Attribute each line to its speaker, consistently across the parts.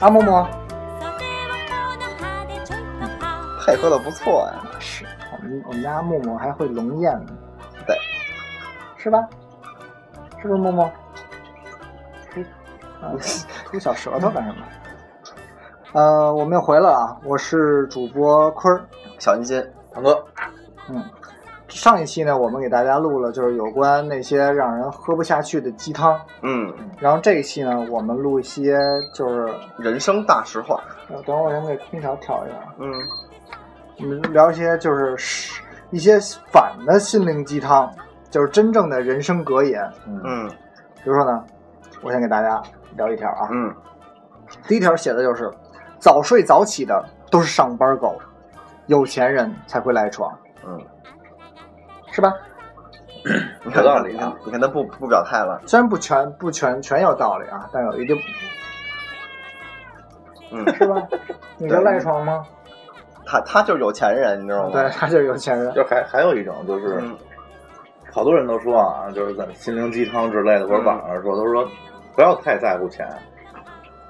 Speaker 1: 阿嬷嬷
Speaker 2: 配合的不错呀、
Speaker 1: 是我们我们家阿嬷嬷还会龙宴呢，
Speaker 2: 对，
Speaker 1: 是吧？是不是嬷嬷？嘿，啊， 吐小舌头干什么？呃，我们又回来了啊，我是主播坤儿，
Speaker 2: 小恩心，堂哥，
Speaker 1: 嗯，上一期呢，我们给大家录了就是有关那些让人喝不下去的鸡汤，
Speaker 2: 嗯，
Speaker 1: 然后这一期呢，我们录一些就是，
Speaker 2: 人生大实话，
Speaker 1: 呃等会儿我先给冰勺调一下，啊，
Speaker 2: 嗯，
Speaker 1: 我们聊一些就是一些反的心灵鸡汤，就是真正的人生格言。嗯，
Speaker 2: 嗯
Speaker 1: 比如说呢，我先给大家聊一条啊，
Speaker 2: 嗯，
Speaker 1: 第一条写的就是早睡早起的都是上班狗，有钱人才会赖床，
Speaker 2: 嗯，
Speaker 1: 是吧？
Speaker 2: 你看
Speaker 3: 有道理啊！
Speaker 2: 你看他不不表态了，
Speaker 1: 虽然不全不全全有道理啊，但有一定
Speaker 2: 嗯，
Speaker 1: 是 吧？你这赖床吗？
Speaker 2: 他他就是有钱人，你知道吗？
Speaker 1: 对，，他就是有钱人。
Speaker 3: 就还还有一种就是，
Speaker 2: 嗯
Speaker 3: 好多人都说啊，就是在心灵鸡汤之类的，或者网上说，都说不要太在乎钱。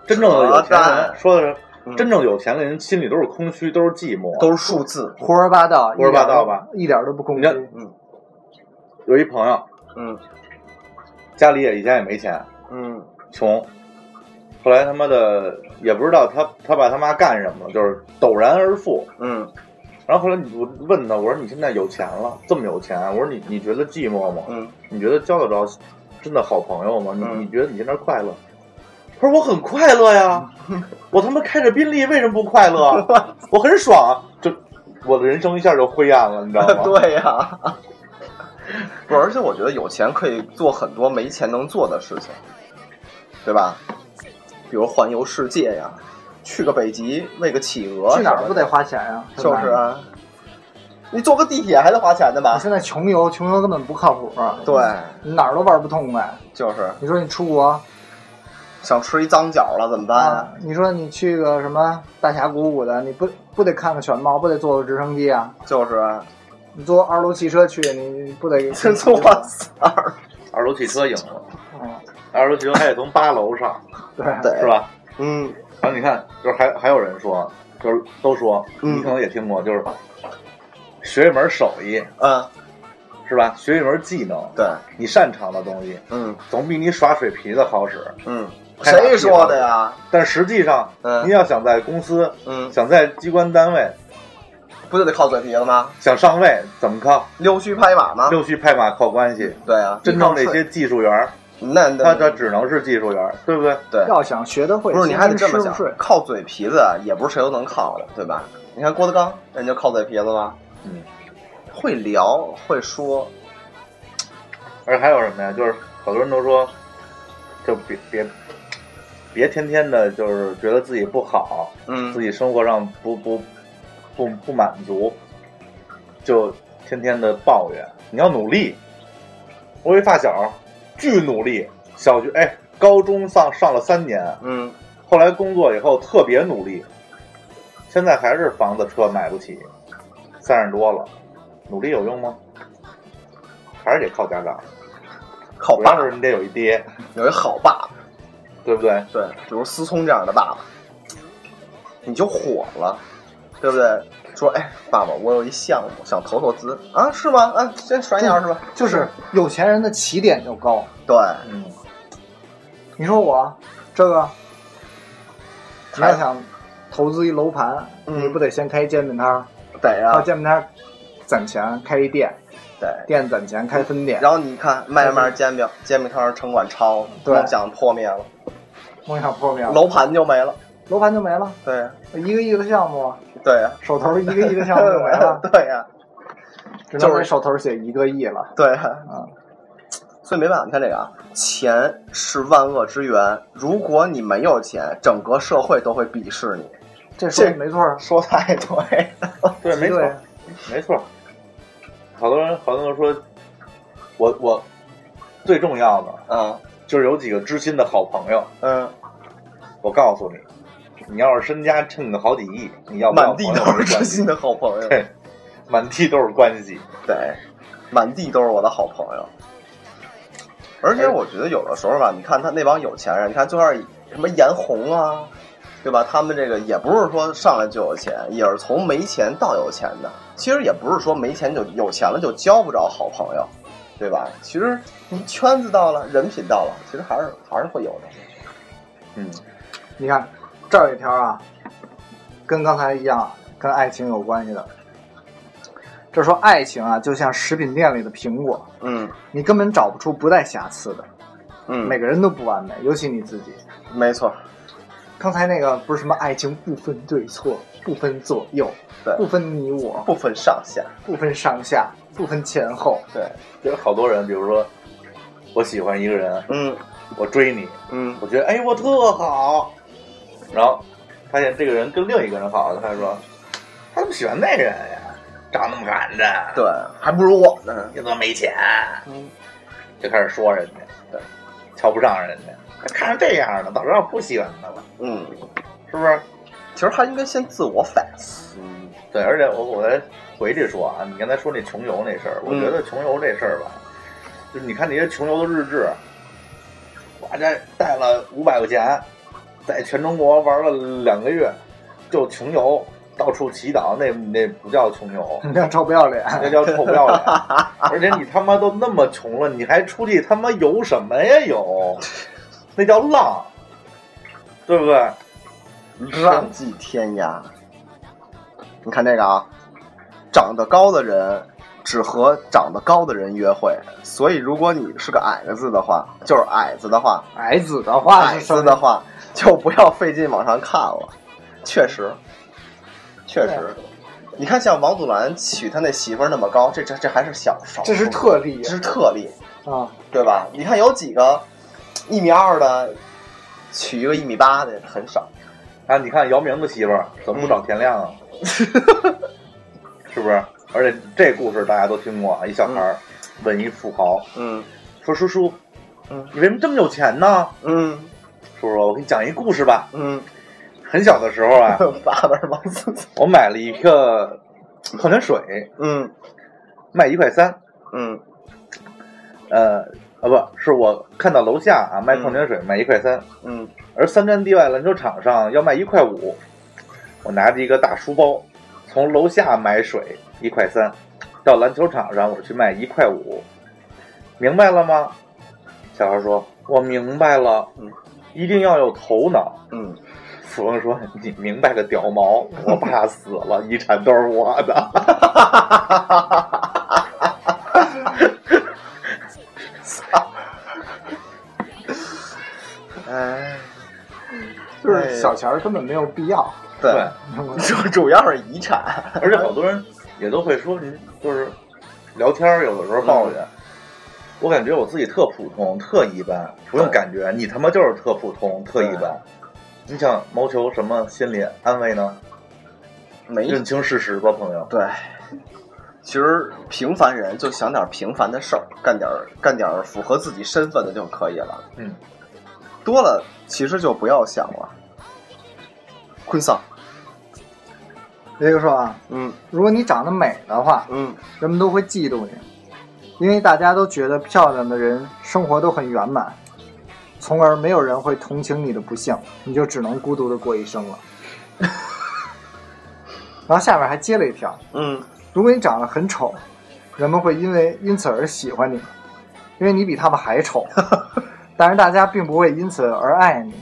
Speaker 3: 真正的有钱
Speaker 2: 扯淡
Speaker 3: 人说的是，
Speaker 2: 嗯
Speaker 3: 真正有钱的人心里都是空虚，都是寂寞。
Speaker 2: 都是数字，
Speaker 1: 胡说八道，
Speaker 3: 胡说八道吧
Speaker 1: 一点都，一点都不公
Speaker 3: 你
Speaker 1: 平
Speaker 3: 这。有一朋友
Speaker 2: 嗯
Speaker 3: 家里也以前也没钱，
Speaker 2: 嗯
Speaker 3: 穷，后来他妈的也不知道他他爸他妈干什么了，就是陡然而富。
Speaker 2: 嗯
Speaker 3: 然后后来我问他，我说你现在有钱了，这么有钱，我说你你觉得寂寞吗？
Speaker 2: 嗯
Speaker 3: 你觉得交得着真的好朋友吗？你、
Speaker 2: 嗯
Speaker 3: 你觉得你现在快乐？他说我很快 乐呀，我他妈开着宾利为什么不快乐？我很爽啊，就我的人生一下就灰暗了，你知道吗？
Speaker 2: 对呀、不是，而且我觉得有钱可以做很多没钱能做的事情，对吧？比如环游世界呀，去个北极，喂个企鹅，
Speaker 1: 去哪儿不得？花钱呀？
Speaker 2: 就
Speaker 1: 吧
Speaker 2: 是啊，你坐个地铁还得花钱的吧
Speaker 3: 啊
Speaker 1: 你？现在穷游，穷游根本不靠谱。啊
Speaker 2: 对，
Speaker 1: 你哪儿都玩不痛快。
Speaker 2: 就是
Speaker 1: 你说你出国
Speaker 2: 想吃一脏饺了怎么办啊？
Speaker 1: 啊，你说你去个什么大峡谷谷的，你不不得看个全貌，不得坐个直升机啊？
Speaker 2: 就是啊，
Speaker 1: 你坐二路汽车去，你不 得
Speaker 2: 真做 哇塞！
Speaker 3: 二楼汽车赢了，
Speaker 1: 嗯，
Speaker 3: 二楼汽车还得从八楼上，
Speaker 1: 对，
Speaker 2: 对，
Speaker 3: 是？吧？
Speaker 2: 嗯
Speaker 3: 然后你看，就是还还有人说，就是都说，
Speaker 2: 嗯
Speaker 3: 你可能也听过，就是学一门手艺
Speaker 2: 嗯，
Speaker 3: 是吧？学一门技能，
Speaker 2: 对，
Speaker 3: 你擅长的东西，
Speaker 2: 嗯
Speaker 3: 总比你耍水皮子好使。
Speaker 2: 嗯，
Speaker 3: 开打
Speaker 2: 谁说的呀？
Speaker 3: 但实际上，
Speaker 2: 嗯
Speaker 3: 您要想在公司、
Speaker 2: 嗯，
Speaker 3: 想在机关单位、
Speaker 2: 不就得靠嘴皮子吗？
Speaker 3: 想上位，怎么靠？
Speaker 2: 溜须拍马吗？
Speaker 3: 溜须拍马靠关系。
Speaker 2: 对啊，
Speaker 3: 真正那些技术员儿，
Speaker 2: 那
Speaker 3: 他
Speaker 2: 那
Speaker 3: 他只能是技术员儿，对不对？
Speaker 2: 对，
Speaker 1: 要想学得会，
Speaker 2: 不是你还得这么
Speaker 1: 先吃不
Speaker 2: 想，
Speaker 1: 睡
Speaker 2: 靠嘴皮子啊也不是谁都能靠的，对吧？你看郭德纲，人家靠嘴皮子吗？
Speaker 3: 嗯。
Speaker 2: 会聊会说，
Speaker 3: 而且还有什么呀？就是好多人都说，就别别别天天的，就是觉得自己不好，
Speaker 2: 嗯
Speaker 3: 自己生活上不不不不满足，就天天的抱怨。你要努力。我有一发小，巨努力，小学哎，高中上上了三年，
Speaker 2: 嗯，
Speaker 3: 后来工作以后特别努力，现在还是房子车买不起，三十多了，努力有用吗？还是得靠家长，
Speaker 2: 靠
Speaker 3: 主
Speaker 2: 爸
Speaker 3: 要是你得有一爹，
Speaker 2: 有一好爸爸，
Speaker 3: 对不对？
Speaker 2: 对，比如思聪这样的爸爸，你就火了，对不对？说，哎，爸爸，我有一项目想投投资啊，是吗？啊，先甩你二十万，
Speaker 1: 就是有钱人的起点就高。
Speaker 2: 对，
Speaker 3: 嗯，
Speaker 1: 你说我这个，你要想投资一楼盘，
Speaker 2: 嗯
Speaker 1: 你不得啊先开煎饼摊儿？
Speaker 2: 得
Speaker 1: 然
Speaker 2: 呀
Speaker 1: 后，煎饼摊儿攒钱开一店，
Speaker 2: 得。
Speaker 1: 店攒钱开分店，
Speaker 2: 然后你看，卖着卖着煎饼，煎饼摊儿城管抄，
Speaker 1: 对
Speaker 2: 梦想破灭了，
Speaker 1: 梦想破灭了，
Speaker 2: 楼盘就没了，
Speaker 1: 楼盘就没了，
Speaker 2: 对呀
Speaker 1: 一个亿的项目，
Speaker 2: 对呀，
Speaker 1: 手头一个亿的项目就没了，
Speaker 2: 对呀，
Speaker 1: 只
Speaker 2: 就
Speaker 1: 能
Speaker 2: 是
Speaker 1: 给手头写一个亿了。
Speaker 2: 对呀，
Speaker 1: 嗯，
Speaker 2: 所以没办法，你看这个啊，钱是万恶之源，如果你没有钱，整个社会都会鄙视你。
Speaker 1: 这说的
Speaker 2: 这
Speaker 1: 没错儿，
Speaker 2: 说太对了，
Speaker 3: 对，没错
Speaker 1: 对，
Speaker 2: 啊
Speaker 3: 没错。好多人，好多人说，我我最重要的
Speaker 2: 嗯
Speaker 3: 就是有几个知心的好朋友。
Speaker 2: 嗯，
Speaker 3: 我告诉你，你要是身家趁个好几亿，你要不要
Speaker 2: 满
Speaker 3: 朋
Speaker 2: 地
Speaker 3: 友
Speaker 2: 都是
Speaker 3: 关
Speaker 2: 知
Speaker 3: 系
Speaker 2: 心？的好朋友，
Speaker 3: 对，满地都是关系。
Speaker 2: 对，满地都是我的好朋友。而且我觉得有的时候吧，你看他那帮有钱人，你看就像什么严红啊，对吧？他们这个也不是说上来就有钱，也是从没钱到有钱的。其实也不是说没钱就有钱了就交不着好朋友，对吧？其实你圈子到了，人品到了，其实还是还是会有的。
Speaker 3: 嗯，
Speaker 1: 你看这儿有一条啊，跟刚才一样，跟爱情有关系的。这说爱情啊，就像食品店里的苹果，
Speaker 2: 嗯
Speaker 1: 你根本找不出不带瑕疵的。
Speaker 2: 嗯，
Speaker 1: 每个人都不完美，尤其你自己。
Speaker 2: 没错，
Speaker 1: 刚才那个不是什么爱情不分对错，不分左右，
Speaker 2: 对
Speaker 1: 不分你我，
Speaker 2: 不分上下，
Speaker 1: 不分上下，不分前后。
Speaker 2: 对，
Speaker 3: 有好多人，比如说我喜欢一个人，
Speaker 2: 嗯
Speaker 3: 我追你，
Speaker 2: 嗯
Speaker 3: 我觉得哎我特好，然后发现这个人跟另一个人好，他说他怎么喜欢那人呀？长那么寒碜，
Speaker 2: 对，还不如我呢。
Speaker 3: 又这么没钱，
Speaker 2: 嗯，
Speaker 3: 就开始说人家，
Speaker 2: 对，
Speaker 3: 瞧不上人家，看着这样的，早知道不喜欢他了，
Speaker 2: 嗯，
Speaker 3: 是不是？
Speaker 2: 其实他应该先自我反思。
Speaker 3: 嗯，对，而且我我再回去说啊，你刚才说那穷游那事儿，我
Speaker 2: 嗯
Speaker 3: 觉得穷游这事儿吧，就是你看那些穷游的日志，大家带了五百块钱，在全中国玩了两个月，就穷游，到处祈祷，那那不叫穷游，
Speaker 1: 你看臭不要脸，
Speaker 3: 那叫臭不要脸。而且你他妈都那么穷了，你还出去他妈游什么呀游？那叫浪，对不对？
Speaker 2: 浪迹天涯。你看这个啊，长得高的人只和长得高的人约会，所以如果你是个矮子的话，就是矮子的话，
Speaker 1: 矮子的话
Speaker 2: 矮
Speaker 1: 是什么
Speaker 2: 子的话就不要费劲往上看了。确实，确实，你看像王祖蓝娶他那媳妇儿那么高，这这这还是小少数，
Speaker 1: 这是特例
Speaker 2: 这是特例，
Speaker 1: 啊，
Speaker 2: 对吧？你看有几个一米二的娶一个一米八的很少，
Speaker 3: 啊，你看亮明的媳妇儿怎么不找田亮啊？是不是？而且这故事大家都听过啊，一小孩儿问一富豪
Speaker 2: 嗯
Speaker 3: 说：“叔叔，
Speaker 2: 嗯
Speaker 3: 你为什么这么有钱呢
Speaker 2: 嗯？”
Speaker 3: 叔叔，我给你讲一故事吧。
Speaker 2: 嗯，
Speaker 3: 很小的时候 啊，
Speaker 2: 爸爸是王思聪，
Speaker 3: 我买了一个矿泉水，
Speaker 2: 嗯
Speaker 3: 卖一块三。
Speaker 2: 嗯
Speaker 3: 呃，啊不是，我看到楼下啊卖矿泉水卖一块三，
Speaker 2: 嗯
Speaker 3: 而三站地外篮球场上要卖一块五。我拿着一个大书包，从楼下买水一块三，到篮球场上我去卖一块五，明白了吗？小孩说：“我明白了
Speaker 2: 嗯，
Speaker 3: 一定要有头脑。
Speaker 2: 嗯，”
Speaker 3: 富翁说：“你明白个屌毛！我爸死了，遗产都是我的。
Speaker 2: 哎，
Speaker 1: 就是小钱儿根本没有必 要。”
Speaker 2: 对，
Speaker 3: 对，
Speaker 2: 主主要是遗产，
Speaker 3: 而且好多人也都会说，您就是聊天儿，有的时候抱
Speaker 2: 嗯
Speaker 3: 怨。我感觉我自己特普通，特一般，不用
Speaker 2: 对
Speaker 3: 感觉，你他妈就是特普通，特一般。你想谋求什么心理安慰呢？
Speaker 2: 没
Speaker 3: 认清事实吧，朋友。
Speaker 2: 对。其实平凡人就想点平凡的事儿，干点儿干点儿符合自己身份的就可以了。
Speaker 3: 嗯，
Speaker 2: 多了其实就不要想了。坤桑，
Speaker 1: 也就是说啊，
Speaker 2: 嗯
Speaker 1: 如果你长得美的话，
Speaker 2: 嗯
Speaker 1: 人们都会嫉妒你，因为大家都觉得漂亮的人生活都很圆满，从而没有人会同情你的不幸，你就只能孤独的过一生了。 然后下面还接了一条：
Speaker 2: 嗯
Speaker 1: 如果你长得很丑，人们会因为因此而喜欢你，因为你比他们还 丑。但是大家并不会因此而爱你，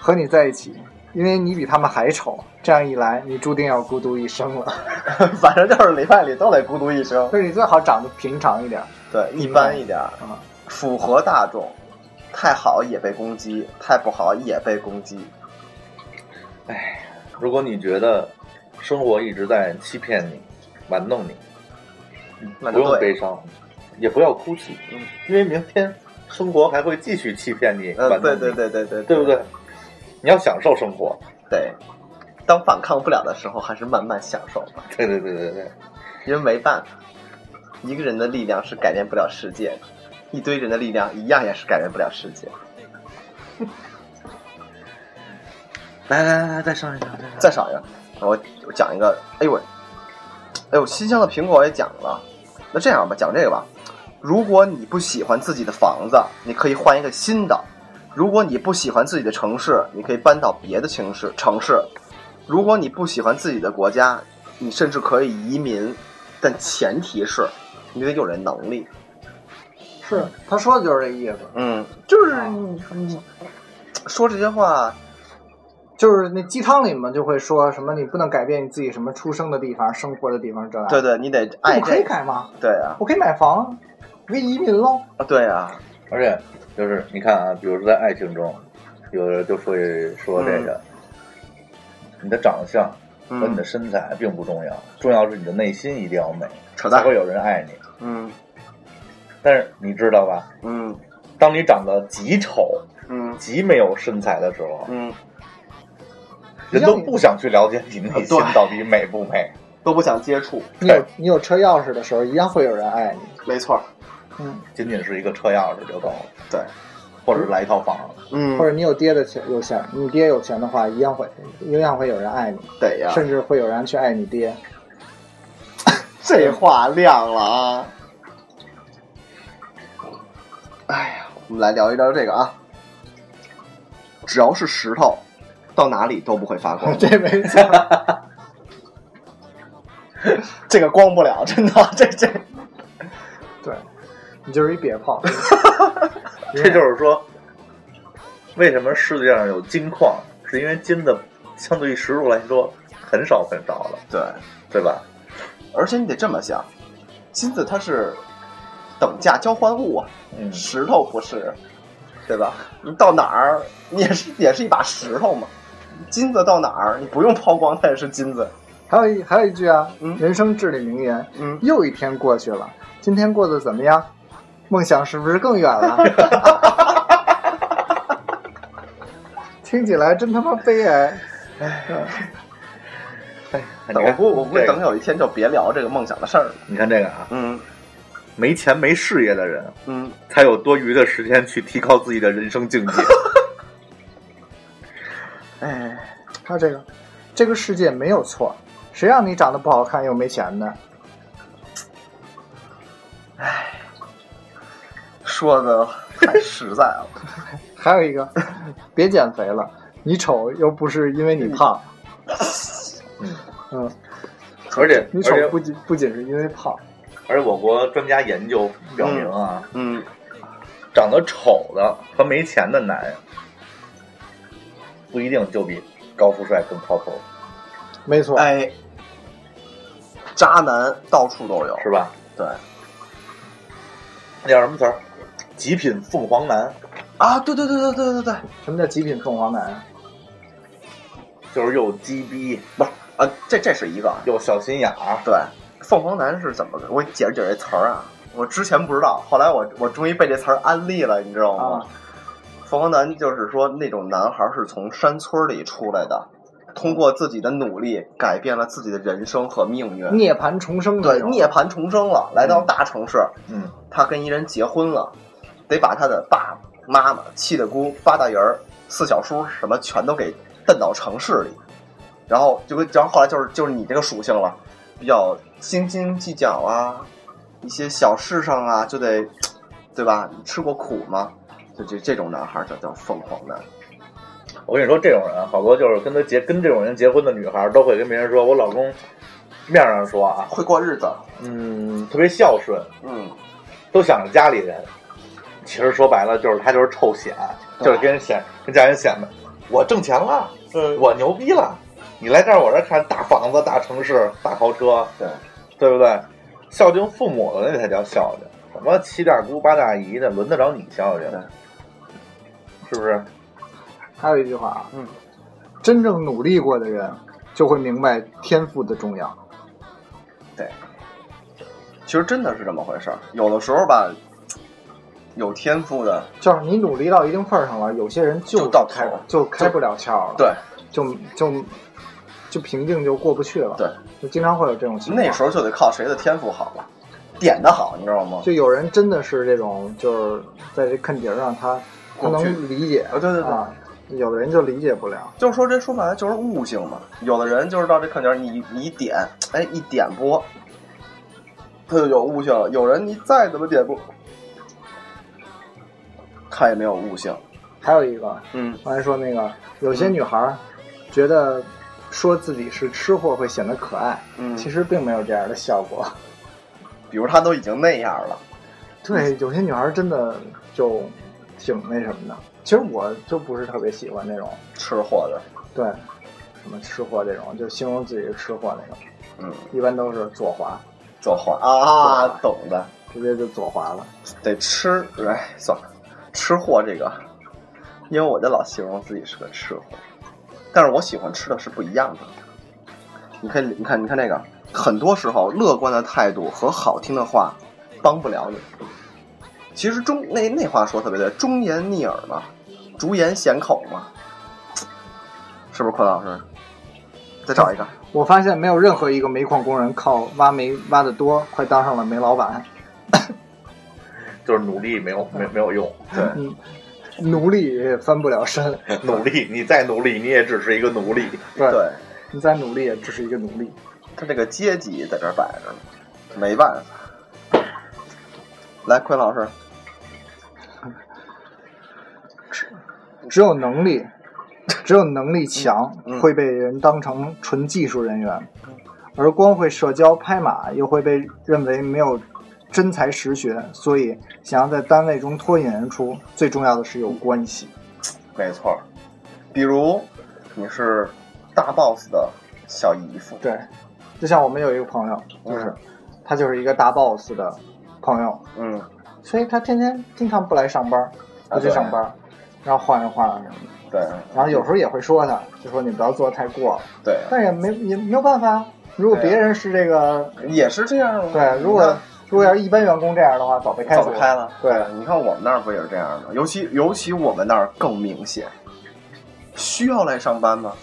Speaker 1: 和你在一起，因为你比他们还丑。这样一来，你注定要孤独一生 了。
Speaker 2: 反正就是礼拜里都得孤独一生，
Speaker 1: 就是你最好长得平常一点。
Speaker 2: 对，一般
Speaker 3: 嗯
Speaker 2: 一点儿，
Speaker 1: 啊，
Speaker 2: 符合大众。太好也被攻击，太不好也被攻击。
Speaker 3: 如果你觉得生活一直在欺骗你、玩弄你，
Speaker 2: 嗯那
Speaker 3: 不
Speaker 2: 就
Speaker 3: 用
Speaker 2: 对
Speaker 3: 悲
Speaker 2: 了，
Speaker 3: 伤，也不要哭泣，
Speaker 2: 嗯
Speaker 3: 因为明天生活还会继续欺骗你、玩
Speaker 2: 嗯，
Speaker 3: 弄你，
Speaker 2: 对对对对对，
Speaker 3: 对不对？你要享受生活。
Speaker 2: 对，当反抗不了的时候，还是慢慢享受吧，
Speaker 3: 对对对对对。
Speaker 2: 因为没办法，一个人的力量是改变不了世界的，一堆人的力量一样也是改变不了世界。
Speaker 3: 来来来，再上一条，
Speaker 2: 再少一个，我我讲一个，哎呦喂，哎呦，新疆的苹果我也讲了，那这样吧，讲这个吧。如果你不喜欢自己的房子，你可以换一个新的，如果你不喜欢自己的城市，你可以搬到别的城市城市；如果你不喜欢自己的国家，你甚至可以移民，但前提是你得有这能力。
Speaker 1: 是他说的就是这意思，
Speaker 2: 嗯，就是
Speaker 1: 嗯嗯，
Speaker 2: 说这些话，
Speaker 1: 就是那鸡汤里面就会说什么你不能改变你自己什么出生的地方、生活的地方这那，
Speaker 2: 对对，你得
Speaker 1: 哎这
Speaker 2: 爱
Speaker 1: 我可以
Speaker 2: 这个，
Speaker 1: 改吗？
Speaker 2: 对啊，
Speaker 1: 我可以买房啊，我可以移民喽。
Speaker 2: 对啊，
Speaker 3: 而且就是你看啊，比如说在爱情中，有的人就会说这个，你的长相和你的
Speaker 2: 嗯，
Speaker 3: 身材并不重要，重要是你的内心一定要美，
Speaker 2: 扯
Speaker 3: 才
Speaker 2: 淡，
Speaker 3: 会有人爱你。
Speaker 2: 嗯
Speaker 3: 但是你知道吧，
Speaker 2: 嗯
Speaker 3: 当你长得极丑、
Speaker 2: 嗯
Speaker 3: 极没有身材的时候，
Speaker 2: 嗯，
Speaker 3: 人都不想去了解你内心
Speaker 2: 啊对
Speaker 3: 到底美不美。
Speaker 2: 都不想接触，
Speaker 1: 你有你有车钥匙的时候，一样会有人爱你。
Speaker 2: 没错儿，
Speaker 1: 嗯，
Speaker 3: 仅仅是一个车钥匙就够了，
Speaker 2: 对，
Speaker 3: 或者来一套房。
Speaker 2: 嗯
Speaker 1: 或，者你有爹的钱有钱，你爹有钱的话，一样会一样会有人爱你，
Speaker 2: 得
Speaker 3: 啊
Speaker 2: 呀，
Speaker 1: 甚至会有人去爱你爹。。
Speaker 2: 这话亮了啊！哎呀，我们来聊一聊这个啊。只要是石头，到哪里都不会发光
Speaker 1: 这没错，
Speaker 2: 这个光不了， 真的，这这
Speaker 1: 对，你就是一瘪炮。
Speaker 3: 这就是说，为什么世界上有金矿，是因为金的相对于石头来说很少很少了，
Speaker 2: 对，
Speaker 3: 对吧？
Speaker 2: 而且你得这么想，金子它是等价交换物啊，
Speaker 3: 嗯，
Speaker 2: 石头不是，对吧？你到哪儿，你也是也是一把石头嘛。金子到哪儿，你不用抛光，它也是金子。
Speaker 1: 还有一还有一句啊，
Speaker 2: 嗯
Speaker 1: 人生至理名言，
Speaker 2: 嗯，
Speaker 1: 又一天过去了，今天过得怎么样？梦想是不是更远了？ 听起来真他妈悲哀。
Speaker 3: 你
Speaker 2: 等我
Speaker 3: 看
Speaker 2: 不我不
Speaker 3: 这个
Speaker 2: 等有一天就别聊这个梦想的事儿了。
Speaker 3: 你看这个啊，
Speaker 2: 嗯
Speaker 3: 没钱没事业的人，
Speaker 2: 嗯，
Speaker 3: 才有多余的时间去提高自己的人生境 界。
Speaker 2: 哎，
Speaker 1: 还有这个，这个世界没有错，谁让你长得不好看又没钱呢？
Speaker 2: 说的太实在了。
Speaker 1: 还有一个，别减肥了，你丑又不是因为你胖，
Speaker 3: 嗯，
Speaker 1: 嗯，
Speaker 3: 而且
Speaker 1: 你
Speaker 3: 而
Speaker 1: 丑
Speaker 3: 且
Speaker 1: 不仅不仅是因为胖，
Speaker 3: 而且我国专家研究表明啊，
Speaker 2: 嗯，
Speaker 3: 长得丑的和没钱的男人，不一定就比高富帅更靠谱，
Speaker 1: 没错，
Speaker 2: 哎，渣男到处都有。
Speaker 3: 是吧？
Speaker 2: 对
Speaker 3: 那叫什么词儿？极品凤凰男，
Speaker 2: 啊，对对对对对对对，
Speaker 1: 什么叫极品凤凰男啊？
Speaker 3: 就是又鸡逼
Speaker 2: 不是啊，这这是一个啊。
Speaker 3: 又小心眼儿，
Speaker 2: 对，凤凰男是怎么个？我解释解释这词儿啊。我之前不知道，后来我我终于被这词儿安利了，你知道吗？
Speaker 1: 啊
Speaker 2: 凤凰男就是说那种男孩是从山村里出来的，通过自己的努力改变了自己的人生和命运。
Speaker 1: 涅槃重生的
Speaker 2: 对
Speaker 1: 那，种
Speaker 2: 涅槃重生了，来到大城市，
Speaker 3: 嗯，
Speaker 2: 他跟一人结婚了，得把他的爸妈妈、七大姑八大姨儿、四小叔什么全都给蹬到城市里，然后就跟，然后后来就是就是你这个属性了，比较斤斤计较啊，一些小事上啊就得，对吧？你吃过苦吗？就这这种男孩儿就叫凤凰男，
Speaker 3: 我跟你说，这种人好多就是跟他结跟这种人结婚的女孩儿，都会跟别人说，我老公面上说啊，
Speaker 2: 会过日子，
Speaker 3: 嗯，特别孝顺，
Speaker 2: 嗯，
Speaker 3: 都想着家里人。其实说白了，就是他就是臭显，就是跟人显跟家人显摆，我挣钱了，
Speaker 2: 嗯
Speaker 3: 我牛逼了，你来这儿我这儿看大房子、大城市、大豪车，
Speaker 2: 对，
Speaker 3: 对不对？孝敬父母的那才叫孝敬，什么七大姑八大姨的，轮得着你孝敬
Speaker 2: 对？
Speaker 3: 是不是？
Speaker 1: 还有一句话啊，
Speaker 2: 嗯，
Speaker 1: 真正努力过的人就会明白天赋的重要。
Speaker 2: 其实真的是这么回事儿。有的时候吧，有天赋的，
Speaker 1: 就是你努力到一定份儿上了，有些人就
Speaker 2: 就到头
Speaker 1: 开
Speaker 2: 了
Speaker 1: 就开不了窍了，
Speaker 2: 对，
Speaker 1: 就就就瓶颈就过不去了，
Speaker 2: 对，
Speaker 1: 就经常会有这种情况。
Speaker 2: 那时候就得靠谁的天赋好了，点的好，你知道吗？
Speaker 1: 就有人真的是这种，就是在这坑底儿上他，他
Speaker 2: 过不去
Speaker 1: 能理解
Speaker 2: 啊，对对对，
Speaker 1: 啊，有人就理解不了，
Speaker 2: 就是说这说白了就是悟性嘛。有的人就是到这坎儿点，你你一点，哎，一点播，他就有悟性了。有人你再怎么点播，他也没有悟性。
Speaker 1: 还有一个，
Speaker 2: 嗯
Speaker 1: 刚才说那个，有些女孩儿觉得说自己是吃货会显得可爱，
Speaker 2: 嗯，
Speaker 1: 其实并没有这样的效果。
Speaker 2: 比如他都已经那样了，
Speaker 1: 对，有些女孩儿真的就挺那什么的。其实我就不是特别喜欢那种，
Speaker 2: 吃货的，
Speaker 1: 对，什么吃货这种，就形容自己是吃货那种，
Speaker 2: 嗯，
Speaker 1: 一般都是左滑，
Speaker 2: 做花啊
Speaker 1: 做花，
Speaker 2: 懂的，
Speaker 1: 直接就左滑了。
Speaker 2: 得吃，哎，算了，吃货这个，因为我就老形容自己是个吃货，但是我喜欢吃的是不一样的。你看，你看，你看这个，很多时候乐观的态度和好听的话帮不了你。其实忠那那话说特别对，忠言逆耳嘛，竹言咸口嘛，是不是？坤老师，再找一个，
Speaker 1: 我发现没有任何一个煤矿工人靠挖煤挖的多，快当上了煤老 板。
Speaker 3: 就是努力没有没没有用，
Speaker 2: 对，
Speaker 1: 嗯，奴隶也翻不了身，
Speaker 3: 努力你再努力你也只是一个奴隶，
Speaker 1: 对，
Speaker 2: 对，
Speaker 1: 你再努力也只是一个奴隶。
Speaker 2: 他这个阶级在这儿摆着呢，没办法。来，坤老师，
Speaker 1: 只有能力，只有能力强
Speaker 2: 嗯嗯
Speaker 1: 会被人当成纯技术人员，而光会社交拍马又会被认为没有真才实学，所以想要在单位中脱颖而出，最重要的是有关系。
Speaker 2: 没错儿，比如你是大 boss 的小姨夫，
Speaker 1: 对，就像我们有一个朋友，就是他就是一个大 boss 的朋友，
Speaker 2: 嗯，
Speaker 1: 所以他天天经常不来上班，不去
Speaker 2: 啊对
Speaker 1: 上班，然后晃悠晃悠什么的。
Speaker 2: 对，
Speaker 1: 然后有时候也会说他，就说你不要做得太过了，
Speaker 2: 对，
Speaker 1: 但也没也没有办法。啊如果别人是这个，
Speaker 2: 也是这样啊。
Speaker 1: 对，如果如果要是一般员工这样的话，早被
Speaker 2: 你
Speaker 1: 开
Speaker 2: 看
Speaker 1: 除
Speaker 2: 早就开。了，哎
Speaker 1: 对，
Speaker 2: 你看我们那儿不也是这样吗？尤其尤其我们那儿更明显，需要来上班吗？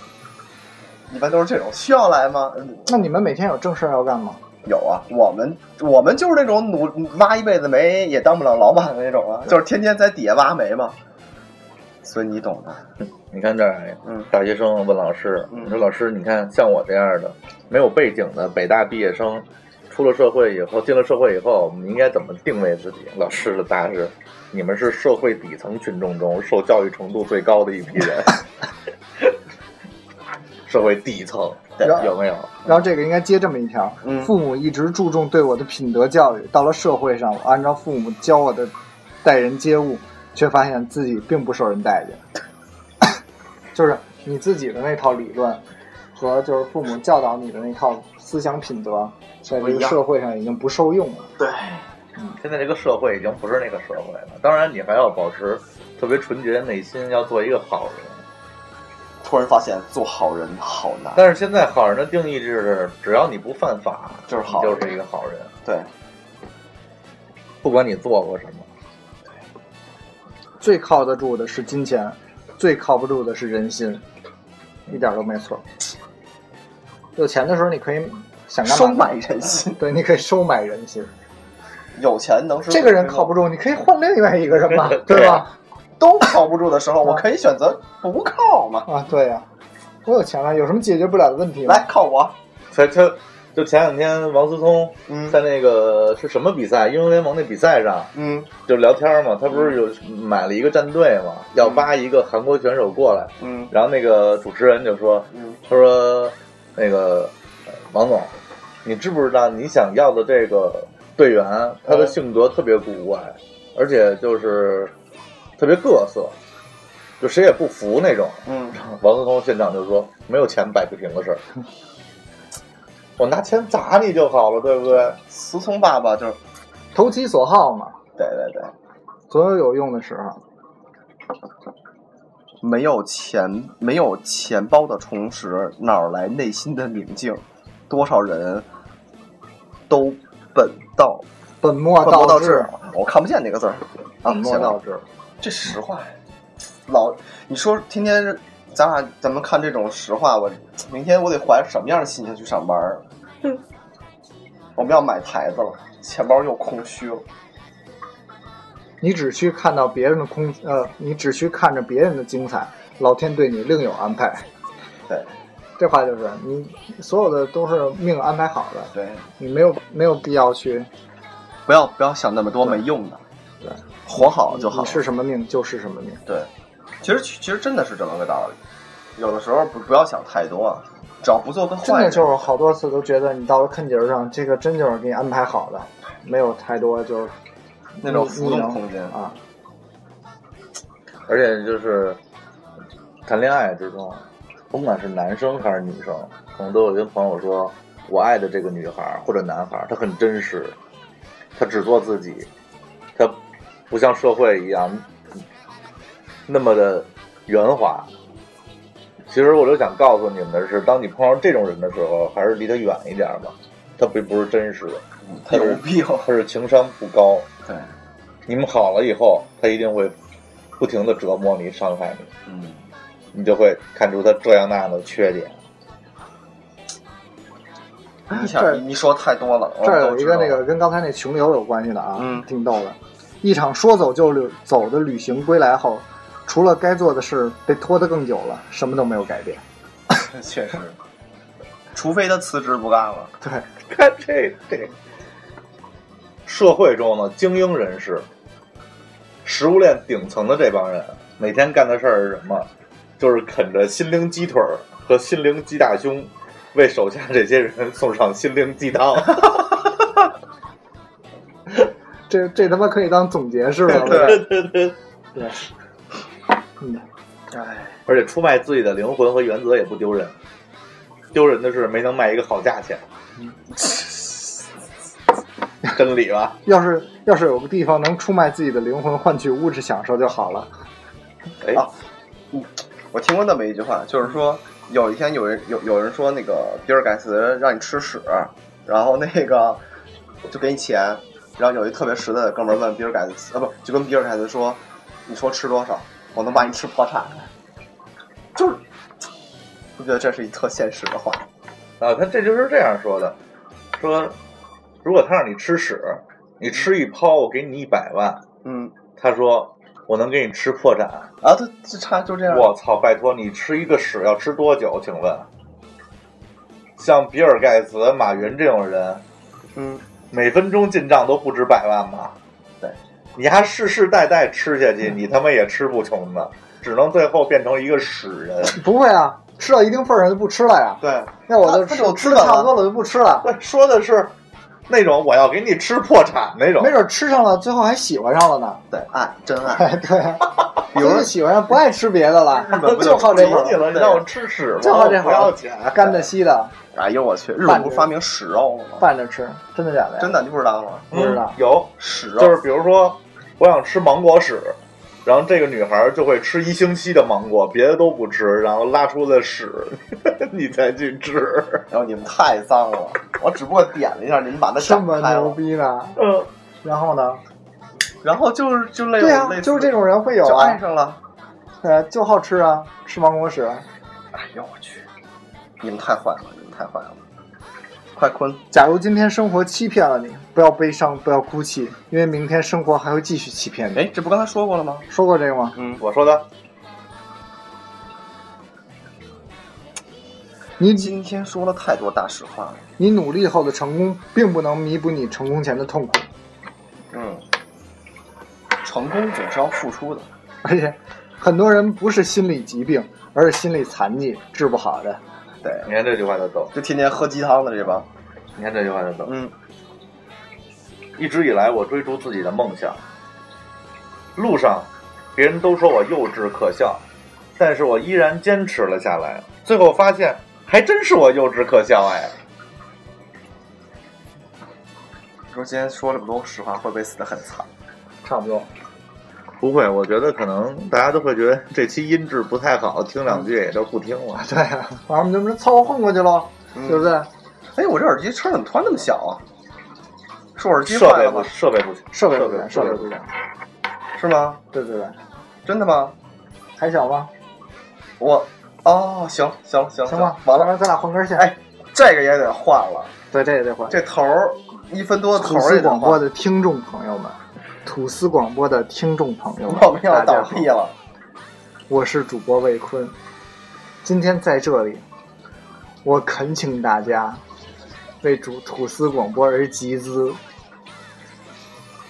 Speaker 2: 一般都是这种，需要来吗？嗯
Speaker 1: 那你们每天有正事儿要干吗？
Speaker 2: 有啊，我们我们就是那种努挖一辈子煤也当不了老板的那种啊，就是天天在底下挖煤嘛。所以你懂的，
Speaker 3: 你看这儿
Speaker 2: 嗯
Speaker 3: 大学生问老师，
Speaker 2: 嗯
Speaker 3: 你说老师，你看像我这样的没有背景的北大毕业生，出了社会以后，进了社会以后，我们应该怎么定位自己？老师的答案是：你们是社会底层群众中受教育程度最高的一批人。社会底层
Speaker 1: 对
Speaker 3: 有没有？
Speaker 1: 然后这个应该接这么一条：
Speaker 2: 嗯
Speaker 1: 父母一直注重对我的品德教育，到了社会上，我按照父母教我的待人接物，却发现自己并不受人待见。 就是你自己的那套理论和就是父母教导你的那套思想品德，在这
Speaker 2: 不一
Speaker 1: 个
Speaker 2: 样
Speaker 1: 社会上已经不受用了。
Speaker 2: 对，
Speaker 3: 现在这个社会已经不是那个社会了。当然，你还要保持特别纯洁的内心，要做一个好人。
Speaker 2: 突然发现做好人好难。
Speaker 3: 但是现在好人的定义就是，只要你不犯法，
Speaker 2: 就是好
Speaker 3: 你
Speaker 2: 人
Speaker 3: 就是一个好人，
Speaker 2: 对，
Speaker 3: 不管你做过什么。
Speaker 1: 最靠得住的是金钱，最靠不住的是人心，一点都没错。有钱的时候你可以想干嘛？
Speaker 2: 收买人心，
Speaker 1: 对，你可以收买人心。
Speaker 2: 有钱能使
Speaker 1: 这个人靠不
Speaker 2: 住，
Speaker 1: 住，你可以换另外一个人 嘛，
Speaker 3: 对
Speaker 1: 对吧？
Speaker 2: 都靠不住的时候，
Speaker 1: 嗯
Speaker 2: 我可以选择不靠嘛，
Speaker 1: 啊，对呀、我有钱了，有什么解决不了的问题吗？
Speaker 2: 嗯来，靠我。
Speaker 3: 他他就前两天王思聪
Speaker 2: 嗯
Speaker 3: 在那个是什么比赛，英雄联盟那比赛上
Speaker 2: 嗯
Speaker 3: 就聊天嘛，他不是有买了一个战队嘛，要挖一个韩国选手过来，
Speaker 2: 嗯
Speaker 3: 然后那个主持人就说，
Speaker 2: 嗯
Speaker 3: 他说那个呃王总，你知不知道你想要的这个队员，他的性格特别古怪，而且就是特别各色，就谁也不服那种。
Speaker 2: 嗯，
Speaker 3: 王思聪现场就说：“没有钱摆不平的事儿， 我拿钱砸你就好了，对不对
Speaker 2: 思聪爸爸就是，
Speaker 1: 投其所好嘛，
Speaker 2: 对对对，
Speaker 1: 总有有用的时候。
Speaker 2: 没有钱没有钱包的充实，哪儿来内心的宁静？多少人都本道
Speaker 1: 本末
Speaker 2: 本末倒
Speaker 1: 置
Speaker 2: 置，，我看不见这个字儿啊，
Speaker 1: 本末
Speaker 2: 行
Speaker 1: 倒
Speaker 2: 了，
Speaker 1: 置。
Speaker 2: 这实话，老你说天天咱俩咱们看这种实话，我明天我得怀着什么样的心情去上班儿？啊我们要买牌子了，钱包又空虚了。
Speaker 1: 你只需看到别人的空，呃，你只需看着别人的精彩，老天对你另有安排。
Speaker 2: 对
Speaker 1: 这话就是你所有的都是命安排好的，
Speaker 2: 对，
Speaker 1: 你没有没有必要去，
Speaker 2: 不要不要想那么多没用的，
Speaker 1: 对，
Speaker 2: 活好就好。
Speaker 1: 你是什么命就是什么命。
Speaker 2: 对，其实其实真的是这么个道理，有的时候不不要想太多，啊，只要不做个
Speaker 1: 真
Speaker 2: 坏
Speaker 1: 的
Speaker 2: 人，
Speaker 1: 就是好多次都觉得你到了坑节儿上，这个真就是给你安排好的，没有太多就是
Speaker 2: 那种浮动空间。
Speaker 1: 啊，
Speaker 3: 而且就是谈恋爱之中，甭管是男生还是女生，可能都有跟朋友说，我爱的这个女孩儿或者男孩儿，他很真实，他只做自己，他不像社会一样那么的圆滑。其实我就想告诉你们的是，当你碰到这种人的时候，还是离他远一点吧。他并不是真实的，
Speaker 2: 嗯他有病，
Speaker 3: 他是情商不高。
Speaker 2: 对，
Speaker 3: 你们好了以后，他一定会不停的折磨你、伤害你。
Speaker 2: 嗯，
Speaker 3: 你就会看出他这样那样的缺点。
Speaker 2: 你
Speaker 1: 这儿
Speaker 2: 想你说太多哦了，我
Speaker 1: 这儿
Speaker 2: 都
Speaker 1: 有一
Speaker 2: 知
Speaker 1: 个
Speaker 2: 道
Speaker 1: 那个跟刚才那穷游有关系的啊，
Speaker 2: 嗯
Speaker 1: 挺逗的。一场说走就旅走的旅行归来后，除了该做的事被拖得更久了，什么都没有改变。
Speaker 2: 确实，除非他辞职不干了，
Speaker 1: 对，
Speaker 3: 看这这，社会中的精英人士，食物链顶层的这帮人，每天干的事儿是什么？就是啃着心灵鸡腿儿和心灵鸡大胸，为手下这些人 送上心灵鸡汤。
Speaker 1: 这这他妈可以当总结式 的了。
Speaker 2: 对，
Speaker 1: 对，嗯，
Speaker 2: 哎，
Speaker 3: 而且出卖自己的灵魂和原则也不丢人，丢人的是没能卖一个好价钱。 真理吧？
Speaker 1: 要是要是有个地方能出卖自己的灵魂换取物质享受就好了。
Speaker 3: 哎，
Speaker 2: 啊我听过那么一句话，就是说有一天有人有有人说那个比尔盖茨让你吃屎，然后那个就给你钱，然后有一特别呃实在的哥们儿问比尔盖茨啊不就跟比尔盖茨说，你说吃多少，我能把你吃破产，就是。我觉得这是一特现实的话，
Speaker 3: 啊，他这就是这样说的，说如果他让你吃屎，你吃一泡，我给你一百万，
Speaker 2: 嗯，
Speaker 3: 他说我能给你吃破产，
Speaker 2: 啊，他这差就这样，
Speaker 3: 我操，拜托你吃一个屎要吃多久？请问，像比尔盖茨、马云这种人，
Speaker 2: 嗯，
Speaker 3: 每分钟进账都不止百万吗？
Speaker 2: 对，嗯
Speaker 3: 你还世世代代吃下去，你他妈也吃不穷的，只能最后变成一个屎人。
Speaker 1: 不会啊，吃到一定份儿上就不吃了呀。
Speaker 2: 对，
Speaker 1: 要我
Speaker 2: 他
Speaker 1: 就
Speaker 2: 他
Speaker 1: 吃
Speaker 2: 有
Speaker 1: 吃
Speaker 2: 资
Speaker 1: 的
Speaker 2: 本
Speaker 1: 差不
Speaker 2: 了
Speaker 1: 多了就不吃了。
Speaker 3: 对，说的是那种我要给你吃破产那种
Speaker 1: 没，准吃上了，最后还喜欢上了呢。
Speaker 2: 对，爱真爱，
Speaker 1: 哎，对啊，
Speaker 2: 比如
Speaker 1: 真的喜欢上不爱吃别的
Speaker 2: 日本
Speaker 1: 了，
Speaker 2: 不
Speaker 1: 就靠这
Speaker 2: 出
Speaker 1: 口
Speaker 2: 名
Speaker 3: 你
Speaker 1: 儿
Speaker 3: 了，你让我吃屎吗？
Speaker 1: 就靠这
Speaker 3: 我不
Speaker 1: 口儿
Speaker 3: 要钱，
Speaker 1: 干的稀的
Speaker 2: 哎呦我去，日本不是发明屎肉了吗？
Speaker 1: 拌着吃，真的假的呀？
Speaker 2: 真的你不知道吗？
Speaker 1: 不知道
Speaker 3: 嗯有，
Speaker 2: 屎肉
Speaker 3: 就是比如说，我想吃芒果屎，然后这个女孩儿就会吃一星期的芒果，别的都不吃，然后拉出了屎， 你才去吃。
Speaker 2: 然后你们太脏了，我只不过点了一下，你们把它
Speaker 1: 这
Speaker 2: 展
Speaker 1: 么
Speaker 2: 开
Speaker 1: 牛
Speaker 2: 了。
Speaker 1: 逼呢？
Speaker 3: 嗯，
Speaker 1: 然后呢？
Speaker 2: 然后就是就类
Speaker 1: 对呀、
Speaker 2: 类似
Speaker 1: 就是这种人会有
Speaker 2: 就爱
Speaker 1: 啊，
Speaker 2: 上了。
Speaker 1: 呃，就好吃啊，吃芒果屎。
Speaker 2: 哎呦我去，你们太坏了，你们太坏了！快坤，
Speaker 1: 假如今天生活欺骗了你，不要悲伤，不要哭泣，因为明天生活还会继续欺骗你。
Speaker 2: 哎，这不刚才说过了吗？
Speaker 1: 说过这个吗？
Speaker 2: 嗯，
Speaker 3: 我说的，
Speaker 1: 你
Speaker 2: 今天说了太多大实话了。
Speaker 1: 你努力后的成功，并不能弥补你成功前的痛苦，
Speaker 2: 嗯，成功总是要付出的。
Speaker 1: 而且很多人不是心理疾病，而是心理残疾，治不好的。
Speaker 2: 对，
Speaker 3: 你看这句话就逗，
Speaker 2: 就天天喝鸡汤的这帮。
Speaker 3: 你看这句话就逗。
Speaker 2: 嗯，
Speaker 3: 一直以来，我追逐自己的梦想，路上别人都说我幼稚可笑，但是我依然坚持了下来，最后发现还真是我幼稚可笑哎。
Speaker 2: 你说今天说这么多实话，会不会死得很惨？
Speaker 1: 差不多。
Speaker 3: 不会，我觉得可能大家都会觉得这期音质不太好，听两句也就不听了。
Speaker 1: 对啊，反正我们就这么凑合混过去喽，
Speaker 2: 嗯
Speaker 1: 对不对？
Speaker 2: 哎，我这耳机声怎么突然那么小啊？是我耳机
Speaker 3: 设
Speaker 2: 坏
Speaker 3: 备
Speaker 2: 了
Speaker 3: 不
Speaker 2: 吗？
Speaker 3: 设备不行，
Speaker 1: 设备
Speaker 3: 设
Speaker 1: 不
Speaker 3: 备
Speaker 1: 行，设备
Speaker 3: 不
Speaker 1: 不行，
Speaker 2: 是吗？
Speaker 1: 对对对，
Speaker 2: 真的吗？
Speaker 1: 还小吗？
Speaker 2: 我哦，行行行
Speaker 1: 行吧，
Speaker 2: 完
Speaker 1: 要
Speaker 2: 了，
Speaker 1: 不然咱俩换根线。
Speaker 2: 哎这个也得换了，
Speaker 1: 对，这也得换。
Speaker 2: 这头儿一分多的
Speaker 1: 吐
Speaker 2: 头儿
Speaker 1: 司
Speaker 2: 也得
Speaker 1: 广播
Speaker 2: 换。
Speaker 1: 的听众朋友们，吐司广播的听众朋友们，
Speaker 2: 我们要
Speaker 1: 大家
Speaker 2: 倒
Speaker 1: 好
Speaker 2: 闭啊了，
Speaker 1: 我是主播魏坤，今天在这里，我恳请大家为主吐司广播而集资，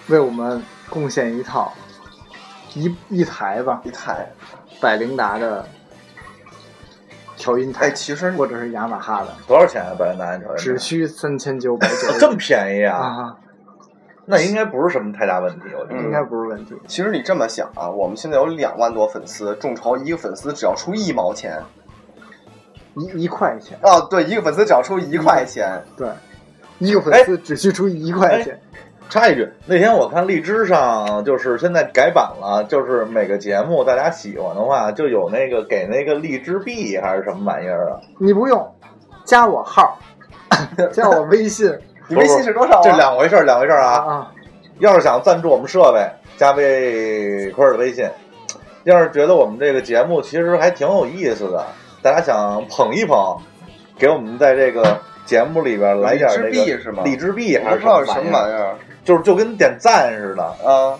Speaker 1: 为我们贡献一套一一台吧，
Speaker 2: 一台
Speaker 1: 百灵达的调音
Speaker 2: 哎，
Speaker 1: 台，
Speaker 2: 其实
Speaker 1: 或者是雅马哈的，
Speaker 3: 多少钱啊？百元大安条件
Speaker 1: 只需三千九百九
Speaker 3: 这么便宜啊？
Speaker 1: 啊，
Speaker 3: 那应该不是什么太大问题，我觉
Speaker 1: 应
Speaker 3: 得。
Speaker 1: 该不是问题。
Speaker 2: 其实你这么想啊，我们现在有两万多粉丝，众筹一个粉丝只要出一毛钱
Speaker 1: 一一块钱，
Speaker 2: 啊，对，一个粉丝只要出一块钱，
Speaker 1: 对，一个粉丝只需出一块钱，
Speaker 3: 插一句，那天我看荔枝上就是现在改版了，就是每个节目大家喜欢的话，就有那个给那个荔枝币还是什么玩意儿啊？
Speaker 1: 你不用加我号，加我微信
Speaker 2: 你微信是多少、啊？
Speaker 3: 嗯这两回事儿，两回事儿
Speaker 1: 啊
Speaker 3: 啊！
Speaker 1: 啊，
Speaker 3: 要是想赞助我们设备，加魏坤儿的微信；要是觉得我们这个节目其实还挺有意思的，大家想捧一捧，给我们在这个节目里边来点这
Speaker 2: 荔枝
Speaker 3: 个
Speaker 2: 币是吗
Speaker 3: 荔枝币
Speaker 2: 我
Speaker 3: 还
Speaker 2: 不
Speaker 3: 是
Speaker 2: 知道是什么
Speaker 3: 玩意
Speaker 2: 玩
Speaker 3: 儿？
Speaker 2: 意儿
Speaker 3: 就是就跟点赞似的，
Speaker 2: 啊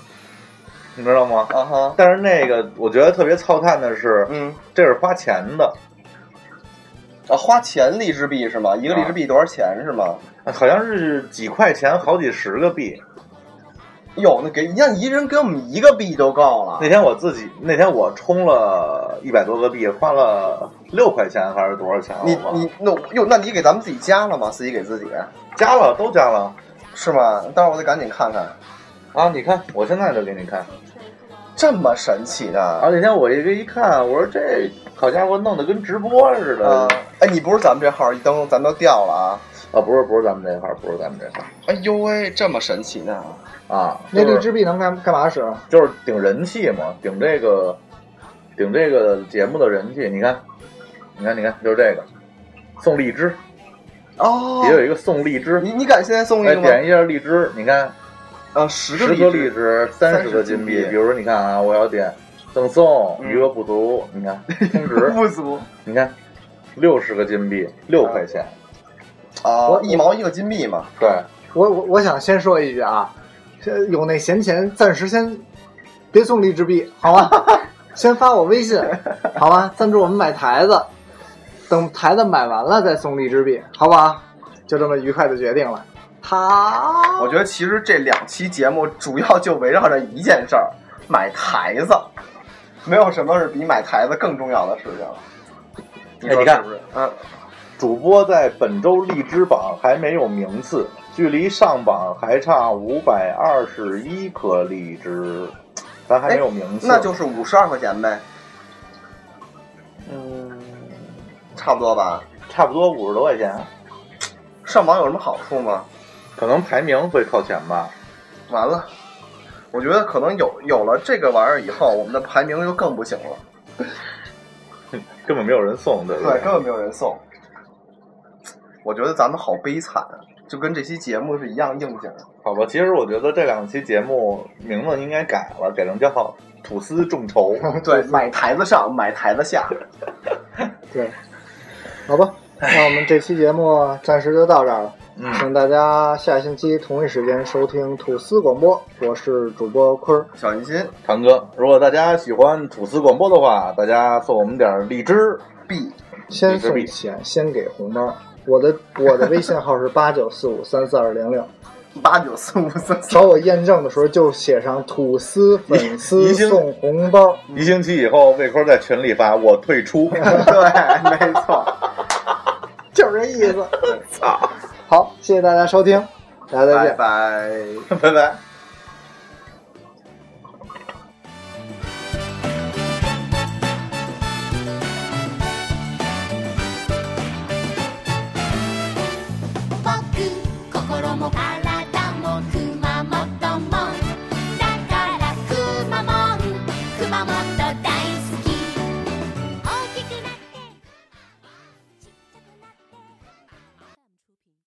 Speaker 3: 你知道吗？
Speaker 2: 啊哈，
Speaker 3: 但是那个我觉得特别操蛋的是，
Speaker 2: 嗯
Speaker 3: 这是花钱的，
Speaker 2: 啊，花钱荔枝币是吗？一个荔枝币多少钱是吗？
Speaker 3: 好像是几块钱好几十个币。
Speaker 2: 哟，那给让一人给我们一个币就够了
Speaker 3: 那。天我自己那天我充了一百多个币，花了六块钱还是多少钱？
Speaker 2: 你
Speaker 3: 我忘了
Speaker 2: 你那我哟，那你给咱们自己加了吗？自己给自己
Speaker 3: 加了都加了
Speaker 2: 是吗？待会儿我得赶紧看看，
Speaker 3: 啊！你看我现在就给你看
Speaker 2: 这么神奇的
Speaker 3: 啊！那天我一个一看，我说这好家伙弄得跟直播似的
Speaker 2: 啊！哎，你不是咱们这号一登，咱们都掉了啊！
Speaker 3: 啊！不是不是咱们这块儿，不是咱们这块
Speaker 2: 哎呦喂，这么神奇呢？
Speaker 3: 儿啊！
Speaker 1: 那
Speaker 3: 就
Speaker 1: 荔
Speaker 3: 是
Speaker 1: 枝币能干干嘛使？啊
Speaker 3: 就是顶人气嘛，顶这个顶这个节目的人气。你看，你看，你看，就是这个送荔枝，
Speaker 2: 哦
Speaker 3: 也有一个送荔枝，
Speaker 2: 你你敢现在送一
Speaker 3: 哎，
Speaker 2: 个吗？
Speaker 3: 点一下荔枝，你看
Speaker 2: 啊，十
Speaker 3: 十
Speaker 2: 个
Speaker 3: 颗
Speaker 2: 荔
Speaker 3: 荔
Speaker 2: 枝，
Speaker 3: 枝三十个金
Speaker 2: 30金
Speaker 3: 币，
Speaker 2: 币
Speaker 3: 比如说你看啊，我要点赠送
Speaker 2: 嗯
Speaker 3: 余额不足，你看充 值，
Speaker 2: 不足
Speaker 3: 你看六十个金币六块钱，
Speaker 2: 啊
Speaker 1: 我，
Speaker 2: 一毛一个金币嘛。
Speaker 3: 对，
Speaker 1: 我我我想先说一句啊，这有那闲钱暂时先别送荔枝币，好吗？ 先发我微信，好吗？赞助我们买台子，等台子买完了再送荔枝币，好不好？就这么愉快的决定了。好，
Speaker 2: 我觉得其实这两期节目主要就围绕着一件事儿，买台子，没有什么是比买台子更重要的事情了。
Speaker 3: 哎
Speaker 2: 说
Speaker 3: 你看
Speaker 2: 是不是？嗯，
Speaker 3: 主播在本周荔枝榜还没有名次，距离上榜还差五百二十一颗荔枝，咱还没有名次。
Speaker 2: 哎那就是五十二块钱呗，
Speaker 3: 嗯，
Speaker 2: 差不多吧。
Speaker 3: 差不多五十多块钱，
Speaker 2: 上榜有什么好处吗？
Speaker 3: 可能排名会靠前吧。
Speaker 2: 完了，我觉得可能有有了这个玩意儿以后，我们的排名就更不行了。
Speaker 3: 根本没有人送，对不
Speaker 2: 对，根本没有人送。我觉得咱们好悲惨，啊，就跟这期节目是一样应景。啊
Speaker 3: 好吧，其实我觉得这两期节目名字应该改了，改成叫“吐司 众筹
Speaker 2: 对，买台子上，买台子下。
Speaker 1: 对，好吧，那我们这期节目暂时就到这儿了，”。
Speaker 3: 嗯，
Speaker 1: 请大家下星期同一时间收听吐司广播，我是主播坤儿。
Speaker 2: 小心心
Speaker 3: 堂哥，如果大家喜欢吐司广播的话，大家送我们点儿荔枝。
Speaker 2: ，B
Speaker 1: 先送钱，先给红包。我的我的微信号是八九四五三四二零六，
Speaker 2: 八九四五三
Speaker 1: 找我验证的时候就写上吐司粉丝送红包。
Speaker 3: 一星期以后，魏坤在群里发我退 出。
Speaker 2: 对，没错，
Speaker 1: 就是这 意思。好，谢谢大家收听，大家再
Speaker 2: 拜
Speaker 1: 见。
Speaker 2: 拜。
Speaker 3: 拜拜。